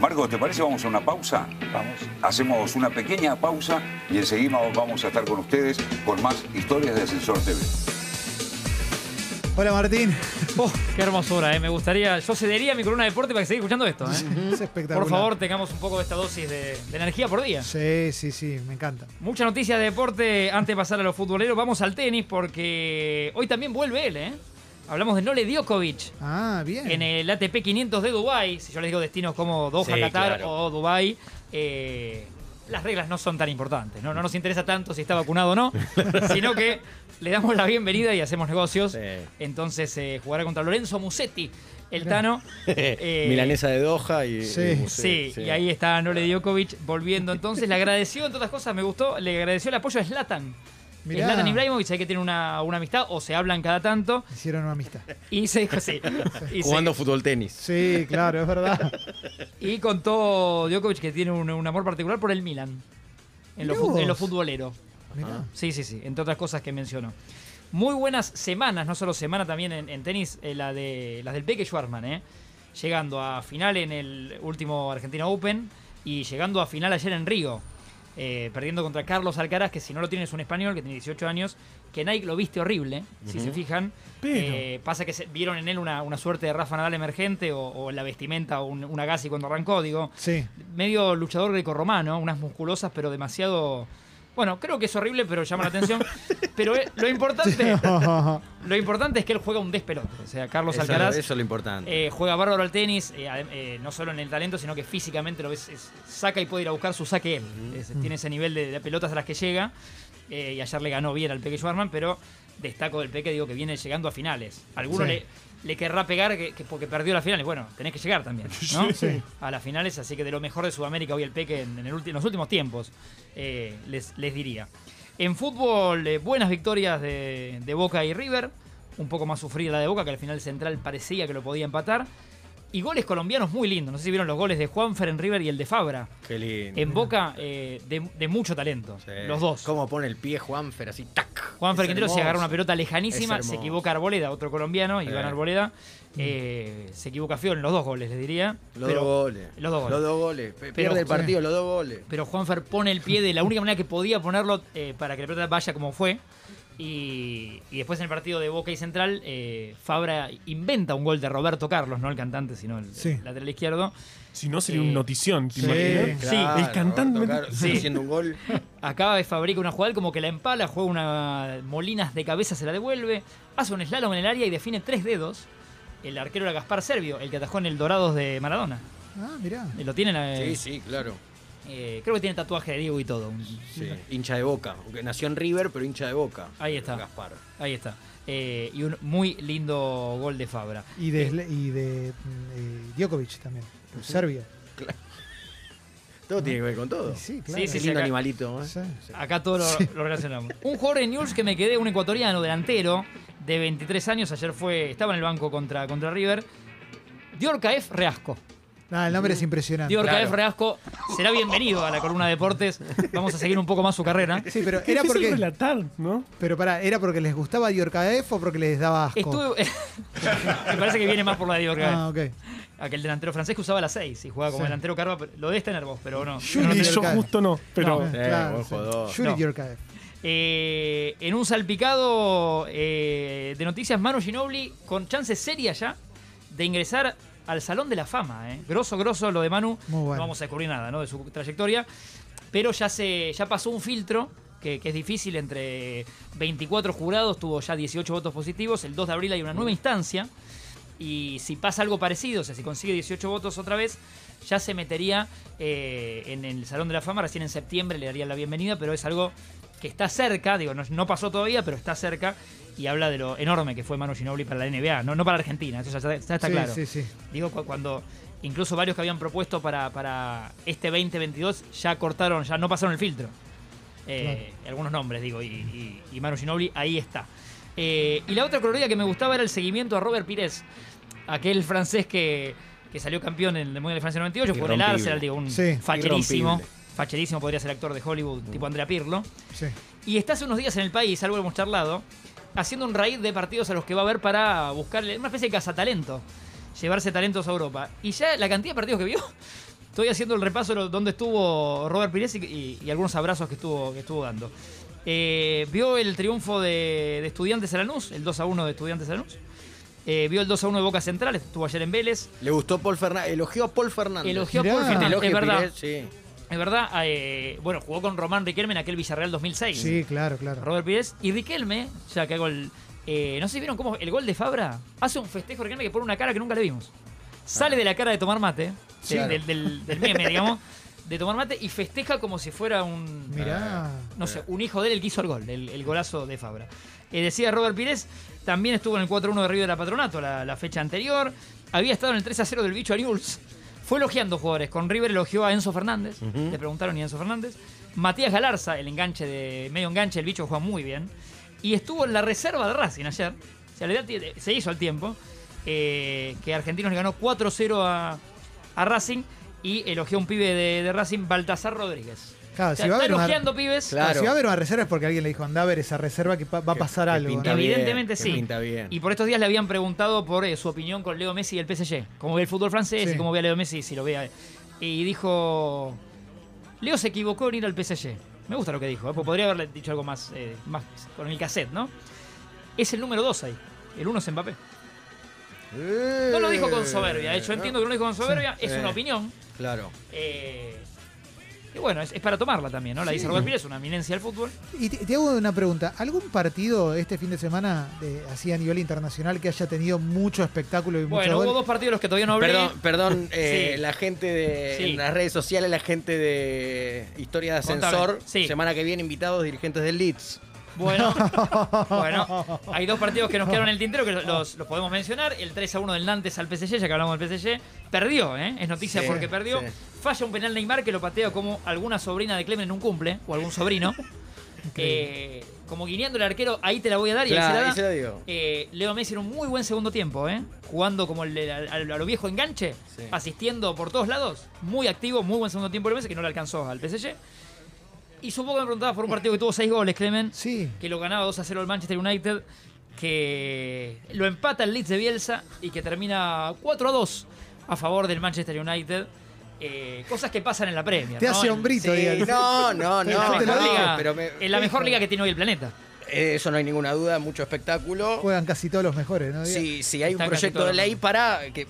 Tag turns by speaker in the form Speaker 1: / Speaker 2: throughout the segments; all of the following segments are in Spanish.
Speaker 1: Marco, ¿te parece? Vamos a una pausa.
Speaker 2: Vamos.
Speaker 1: Hacemos una pequeña pausa y enseguida vamos a estar con ustedes con más historias de Ascensor TV.
Speaker 3: Hola Martín.
Speaker 4: Oh, qué hermosura, ¿eh? me gustaría. Yo cedería mi corona de deporte para que seguir escuchando esto. ¿eh?
Speaker 3: Es espectacular.
Speaker 4: Por favor, tengamos un poco de esta dosis de, de energía por día.
Speaker 3: Sí, sí, sí, me encanta.
Speaker 4: Mucha noticia de deporte antes de pasar a los futboleros. Vamos al tenis porque hoy también vuelve él. ¿eh? Hablamos de Nole Djokovic
Speaker 3: Ah, bien.
Speaker 4: en el ATP 500 de Dubái. Si yo les digo destinos como Doha,
Speaker 2: Sí,
Speaker 4: Qatar
Speaker 2: claro.
Speaker 4: o Dubái, eh, las reglas no son tan importantes. ¿no? no nos interesa tanto si está vacunado o no, sino que le damos la bienvenida y hacemos negocios. Entonces eh, jugará contra Lorenzo Musetti, el Tano. Eh,
Speaker 2: Milanesa de Doha y.
Speaker 3: Sí.
Speaker 2: y Museo,
Speaker 4: Sí, y ahí está Nole Djokovic volviendo. Entonces le agradeció, entre otras cosas, me gustó, le agradeció el apoyo a Zlatan.
Speaker 3: Mirá.
Speaker 4: Zlatan Ibrahimovic, hay que tiene una, una amistad o se hablan cada tanto.
Speaker 3: Hicieron una amistad.
Speaker 4: Y se dijo sí. Y, se-
Speaker 2: Jugando fútbol tenis.
Speaker 3: Sí, claro, es verdad.
Speaker 4: y contó Djokovic que tiene un, un amor particular por el Milan. En lo,
Speaker 3: Mirá
Speaker 4: fu- en lo
Speaker 3: vos.
Speaker 4: futbolero.
Speaker 3: Mirá.
Speaker 4: Sí, sí, sí, entre otras cosas que mencionó. Muy buenas semanas, no solo semana también en, en tenis, eh, la de, las del Peque Schwarzman, ¿eh? llegando a final en el último Argentina Open y llegando a final ayer en Río, eh, perdiendo contra Carlos Alcaraz, que si no lo tienes un español que tiene 18 años, que Nike lo viste horrible, si se fijan. Eh, pasa que se- vieron en él una, una suerte de Rafa Nadal emergente o, o la vestimenta o un, un Agassi cuando arrancó, digo
Speaker 3: Sí.
Speaker 4: medio luchador grecorromano, unas musculosas, pero demasiado. Bueno, creo que es horrible, pero llama la atención. Pero eh, lo importante,
Speaker 3: Ah,
Speaker 4: lo importante es que él juega un despelote. O sea, Carlos
Speaker 5: Eso,
Speaker 4: Alcaraz
Speaker 5: eso es lo importante.
Speaker 4: eh, juega bárbaro al tenis, eh, adem- eh, no solo en el talento, sino que físicamente lo ves, es- saca y puede ir a buscar su saque él. Es- tiene ese nivel de, de pelotas a las que llega. eh, y ayer le ganó bien al Peque Schwarman, pero destaco del Peque, digo que viene llegando a finales. Alguno
Speaker 3: Sí.
Speaker 4: le, le querrá pegar que, que porque perdió las finales. Bueno, tenés que llegar también, ¿no? A las finales, así que de lo mejor de Sudamérica hoy el Peque en, en el ulti- en los últimos tiempos, eh, les, les diría. En fútbol, eh, buenas victorias de, de Boca y River. Un poco más sufrida la de Boca, que al final Central parecía que lo podía empatar. Y goles colombianos muy lindos. No sé si vieron los goles de Juanfer en River y el de Fabra.
Speaker 5: Qué lindo.
Speaker 4: En Boca, eh, de, de mucho talento.
Speaker 5: Sí.
Speaker 4: Los dos.
Speaker 2: ¿Cómo pone el pie Juanfer así, tac?
Speaker 4: Juanfer
Speaker 2: Es
Speaker 4: Quintero se
Speaker 2: hermoso.
Speaker 4: agarra una pelota lejanísima,
Speaker 5: Es
Speaker 4: se
Speaker 5: hermoso.
Speaker 4: equivoca Arboleda, otro colombiano, Iván
Speaker 5: Eh.
Speaker 4: Arboleda. eh, se equivoca feo en los dos goles, les diría.
Speaker 2: Mm. Los
Speaker 4: pero,
Speaker 2: dos goles.
Speaker 4: los dos goles.
Speaker 2: Los dos goles. Pe- Pierde el
Speaker 4: Pero-
Speaker 2: partido, los dos goles.
Speaker 4: pero Juanfer pone el pie de la única manera que podía ponerlo eh, para que la pelota vaya como fue. Y, y después en el partido de Boca y Central, eh, Fabra inventa un gol de Roberto Carlos, no el cantante, sino el,
Speaker 3: Sí.
Speaker 4: el lateral izquierdo.
Speaker 6: Si no, sería
Speaker 4: Sí.
Speaker 6: un notición, ¿te
Speaker 3: Sí.
Speaker 6: imaginas?
Speaker 4: Sí.
Speaker 6: El cantante-
Speaker 2: Roberto Carlos,
Speaker 4: Sí.
Speaker 2: Haciendo un gol.
Speaker 4: Acaba y fabrica una jugada él como que la empala, juega una molinas de cabeza, se la devuelve, hace un slalom en el área y define tres dedos. El arquero era Gaspar Servio, el que atajó en el Dorados de Maradona.
Speaker 3: Ah, mirá.
Speaker 4: Eh, Lo tienen, eh,
Speaker 2: Sí, sí, claro.
Speaker 4: eh, creo que tiene tatuaje de Diego y todo.
Speaker 2: Sí. Hincha de boca. Aunque Nació en River, pero hincha de boca.
Speaker 4: Ahí está.
Speaker 2: Gaspar.
Speaker 4: Ahí está. Eh, y un muy lindo gol de Fabra.
Speaker 3: Y de, Sle- y de mm, eh, Djokovic también. Serbia.
Speaker 2: Todo tiene que ver con todo.
Speaker 3: Y Sí, claro.
Speaker 4: Sí,
Speaker 2: Ese
Speaker 4: sí,
Speaker 2: lindo
Speaker 4: acá- Ah.
Speaker 2: animalito. ¿eh?
Speaker 3: Sí.
Speaker 4: Acá todo lo, lo relacionamos. Un jugador en News que me quedé, un ecuatoriano, delantero, de 23 años. Ayer fue estaba en el banco contra, contra River. Diorca F. Reasco.
Speaker 3: Ah, el nombre es impresionante.
Speaker 4: Diorca
Speaker 2: Claro.
Speaker 4: F. Reasco será bienvenido a la columna de deportes. Vamos a seguir un poco más su carrera.
Speaker 3: Sí, pero
Speaker 6: Qué
Speaker 3: era
Speaker 6: difícil
Speaker 3: porque.
Speaker 6: relatar, ¿no?
Speaker 3: Pero pará, ¿era porque les gustaba Diorcaef o porque les daba asco?
Speaker 4: Estuve, me parece que viene más por la de Diorca
Speaker 3: Ah, ok.
Speaker 4: F. Aquel delantero francés que usaba la 6 y jugaba como
Speaker 3: Sí.
Speaker 4: delantero carva. pero- Lo debes tener vos, pero no.
Speaker 3: no
Speaker 6: Yuri,
Speaker 3: te
Speaker 6: yo
Speaker 3: alcanza.
Speaker 6: justo no, pero.
Speaker 3: Ah,
Speaker 2: Sí, eh, buen jugador.
Speaker 3: Yuri
Speaker 4: No.
Speaker 3: Diorcaef.
Speaker 4: Eh, en un salpicado eh, de noticias, Manu Ginobili con chances serias ya de ingresar al Salón de la Fama. eh. Grosso, grosso lo de Manu.
Speaker 3: Muy bueno.
Speaker 4: No vamos a descubrir nada ¿no? de su trayectoria. Pero ya, se, ya pasó un filtro que, que es difícil entre 24 jurados. Tuvo ya 18 votos positivos. El 2 de abril hay una nueva instancia. Y si pasa algo parecido, o sea, si consigue 18 votos otra vez, ya se metería eh, en el Salón de la Fama. Recién en septiembre le darían la bienvenida, pero es algo que está cerca, digo, no, no pasó todavía, pero está cerca. Y habla de lo enorme que fue Manu Ginobili para la NBA, no, no para Argentina, eso ya, está- ya está
Speaker 3: sí,
Speaker 4: claro.
Speaker 3: sí, sí.
Speaker 4: Digo, cu- cuando incluso varios que habían propuesto para, para este 2022 ya cortaron, ya no pasaron el filtro. Eh, Algunos nombres, digo, y, y, y Manu Ginobili ahí está. Eh, y la otra corrida que me gustaba era el seguimiento a Robert Pires, aquel francés que, que salió campeón en el Mundial de Francia 98, jugó en el
Speaker 2: Irrompible.
Speaker 4: Arsenal, digo, un
Speaker 3: Sí,
Speaker 4: facherísimo.
Speaker 2: irrompible.
Speaker 4: Facherísimo podría ser actor de Hollywood, tipo Andrea Pirlo.
Speaker 3: sí.
Speaker 4: Y está hace unos días en el país, algo hemos charlado, haciendo un raid de partidos a los que va a haber para buscarle una especie de cazatalento, llevarse talentos a Europa. Y ya la cantidad de partidos que vio, Estoy haciendo el repaso de lo- dónde estuvo Robert Pires y, y- y algunos abrazos que estuvo, que estuvo dando. Eh, vio el triunfo de, de Estudiantes a Lanús, el 2 a 1 de Estudiantes a Lanús. Eh, vio el 2 a 1 de Boca Central, estuvo ayer en Vélez.
Speaker 2: Le gustó Paul Fernández. Elogió a Paul Fernández.
Speaker 4: Elogió a
Speaker 3: Mirá.
Speaker 4: Paul
Speaker 3: Que te
Speaker 4: Fernández,
Speaker 2: Elogio
Speaker 4: es verdad.
Speaker 2: Pirel, sí.
Speaker 4: Es verdad, eh, bueno, jugó con Román Riquelme en aquel Villarreal 2006.
Speaker 3: Sí, claro, claro.
Speaker 4: Robert Pires y Riquelme, ya que hago el. eh, no sé si vieron cómo el gol de Fabra hace un festejo Riquelme que pone una cara que nunca le vimos. Sale de la cara de tomar mate, de-
Speaker 2: Sí.
Speaker 4: del, del- del meme, digamos, de tomar mate y festeja como si fuera un.
Speaker 3: Mirá.
Speaker 2: Eh.
Speaker 4: No sé, un hijo de él el que hizo el gol, el, el golazo de Fabra. Eh, decía Robert Pires, también estuvo en el 4-1 de Río de la Patronato la, la fecha anterior. Había estado en el 3-0 del bicho a Newell's. Fue elogiando jugadores. Con River elogió a Enzo Fernández. Le preguntaron y Enzo Fernández. Matías Galarza, el enganche de medio enganche, el bicho juega muy bien. Y estuvo en la reserva de Racing ayer. O sea, le da tie- se hizo al tiempo. eh, que Argentinos le ganó 4-0 a, a Racing. Y elogió a un pibe de, de Racing, Baltasar Rodríguez.
Speaker 3: Claro,
Speaker 4: O sea,
Speaker 3: si va a
Speaker 4: está
Speaker 3: haber una-
Speaker 4: elogiando pibes.
Speaker 3: Claro,
Speaker 2: Claro.
Speaker 3: Ah, Si va a haber una reserva es porque alguien le dijo, anda a ver esa reserva que pa- va a pasar
Speaker 2: que
Speaker 3: algo.
Speaker 2: pinta
Speaker 3: ¿no?
Speaker 2: bien,
Speaker 4: Evidentemente
Speaker 2: que
Speaker 4: sí.
Speaker 2: pinta bien.
Speaker 4: Y por estos días le habían preguntado por eh, su opinión con Leo Messi y el PSG. Cómo ve el fútbol francés
Speaker 3: Sí.
Speaker 4: y cómo ve a Leo Messi, si lo ve. a- Y dijo, Leo se equivocó en ir al PSG. Me gusta lo que dijo, eh, porque podría haberle dicho algo más, eh, más con el cassette, ¿no? Es el número 2 ahí. El uno es Mbappé. No lo dijo con soberbia. De hecho, entiendo que no lo dijo con soberbia. Es
Speaker 2: Eh.
Speaker 4: una opinión.
Speaker 2: Claro.
Speaker 4: eh, y bueno, es, es para tomarla también, ¿no? La dice Robert Pires, una eminencia del fútbol.
Speaker 3: Y te, te hago una pregunta. ¿Algún partido este fin de semana, de- así a nivel internacional, que haya tenido mucho espectáculo y mucho
Speaker 4: Bueno,
Speaker 3: gol?
Speaker 4: hubo dos partidos de los que todavía no hablé.
Speaker 2: Perdón, perdón eh,
Speaker 4: Sí.
Speaker 2: la gente de
Speaker 4: Sí.
Speaker 2: en las redes sociales, la gente de Historia de
Speaker 4: Contame.
Speaker 2: Ascensor.
Speaker 4: Sí.
Speaker 2: Semana que viene, invitados dirigentes del Leeds.
Speaker 4: Bueno, bueno, hay dos partidos que nos quedaron en el tintero que los, los podemos mencionar. El 3 a 1 del Nantes al PSG, ya que hablamos del PSG. Perdió, ¿eh? Es noticia
Speaker 2: Sí,
Speaker 4: porque perdió.
Speaker 2: sí.
Speaker 4: Falla un penal Neymar que lo patea como alguna sobrina de Clemen en un cumple, o algún sobrino. Eh, como guiñando el arquero, ahí te la voy a dar y ahí se la
Speaker 2: Claro,
Speaker 4: da.
Speaker 2: ahí se la dio.
Speaker 4: Eh, Leo Messi en un muy buen segundo tiempo, ¿eh? jugando como el, de- al- a lo viejo enganche,
Speaker 2: Sí.
Speaker 4: asistiendo por todos lados, muy activo, muy buen segundo tiempo Leo Messi, que no le alcanzó al PSG. Y supongo que me preguntabas por un partido que tuvo seis goles, Clemen,
Speaker 3: Sí.
Speaker 4: que lo ganaba 2 a 0 el Manchester United, que lo empata el Leeds de Bielsa y que termina 4 a 2 a favor del Manchester United. Eh, cosas que pasan en la Premier.
Speaker 3: Te
Speaker 4: ¿no?
Speaker 3: hace
Speaker 4: En-
Speaker 3: hombrito,
Speaker 4: sí,
Speaker 3: Diego.
Speaker 2: No, no, no.
Speaker 4: en la
Speaker 3: te lo
Speaker 4: mejor,
Speaker 3: digo,
Speaker 4: liga,
Speaker 2: pero me-
Speaker 4: en la mejor liga que tiene hoy el planeta.
Speaker 2: Eh, Eso no hay ninguna duda, mucho espectáculo.
Speaker 3: Juegan casi todos los mejores, ¿no? Diego?
Speaker 2: Si, si hay un
Speaker 4: Están casi
Speaker 2: proyecto
Speaker 4: todos
Speaker 2: de ley
Speaker 4: los-
Speaker 2: para que,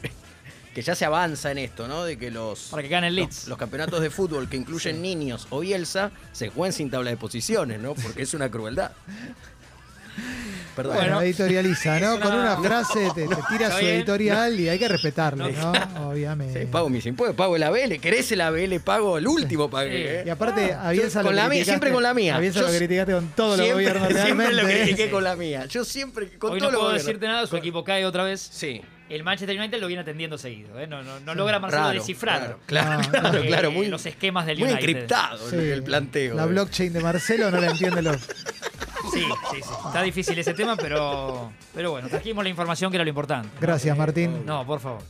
Speaker 2: que ya se avanza en esto, ¿no? De que los,
Speaker 4: Para que gane el Leeds.
Speaker 2: los campeonatos de fútbol que incluyen niños o Bielsa se jueguen sin tabla de posiciones, ¿no? Porque es una crueldad. Perdón.
Speaker 3: Bueno,
Speaker 4: Bueno.
Speaker 3: editorializa, ¿no?
Speaker 4: Es
Speaker 3: Con
Speaker 4: una-
Speaker 3: una frase te, te tira
Speaker 4: Está
Speaker 3: su
Speaker 4: bien.
Speaker 3: editorial y hay que respetarlo, ¿no? Obviamente.
Speaker 2: Sí, pago mis impuestos, pago el ABL, crece el ABL, pago el último,
Speaker 4: Sí.
Speaker 2: pagué. ¿eh?
Speaker 3: Y aparte, a Bielsa
Speaker 2: Con
Speaker 3: lo
Speaker 2: la mía,
Speaker 3: criticaste-
Speaker 2: siempre con la mía.
Speaker 3: A Bielsa
Speaker 2: Yo
Speaker 3: lo
Speaker 2: si-
Speaker 3: criticaste con todos los
Speaker 2: siempre,
Speaker 3: gobiernos
Speaker 2: siempre lo
Speaker 3: realmente. ¿eh?
Speaker 2: critiqué
Speaker 4: Sí.
Speaker 2: con la mía. Yo siempre, con
Speaker 4: Hoy no
Speaker 2: todos los
Speaker 4: puedo
Speaker 2: gobiernos.
Speaker 4: decirte nada, su equipo cae otra vez.
Speaker 2: Sí,
Speaker 4: El Manchester United lo viene atendiendo seguido. ¿eh? No, no, no logra Marcelo
Speaker 2: Raro,
Speaker 4: descifrar
Speaker 2: raro, claro,
Speaker 3: Ah,
Speaker 2: claro,
Speaker 4: eh,
Speaker 2: claro, muy,
Speaker 4: los esquemas del
Speaker 2: muy
Speaker 4: United.
Speaker 2: encriptado
Speaker 3: Sí.
Speaker 2: el planteo.
Speaker 3: La
Speaker 2: ¿eh?
Speaker 3: blockchain de Marcelo no la entiende los.
Speaker 4: Sí, sí, sí. Está difícil ese tema, pero, pero bueno, trajimos la información que era lo importante.
Speaker 3: Gracias, Martín.
Speaker 4: No, por favor.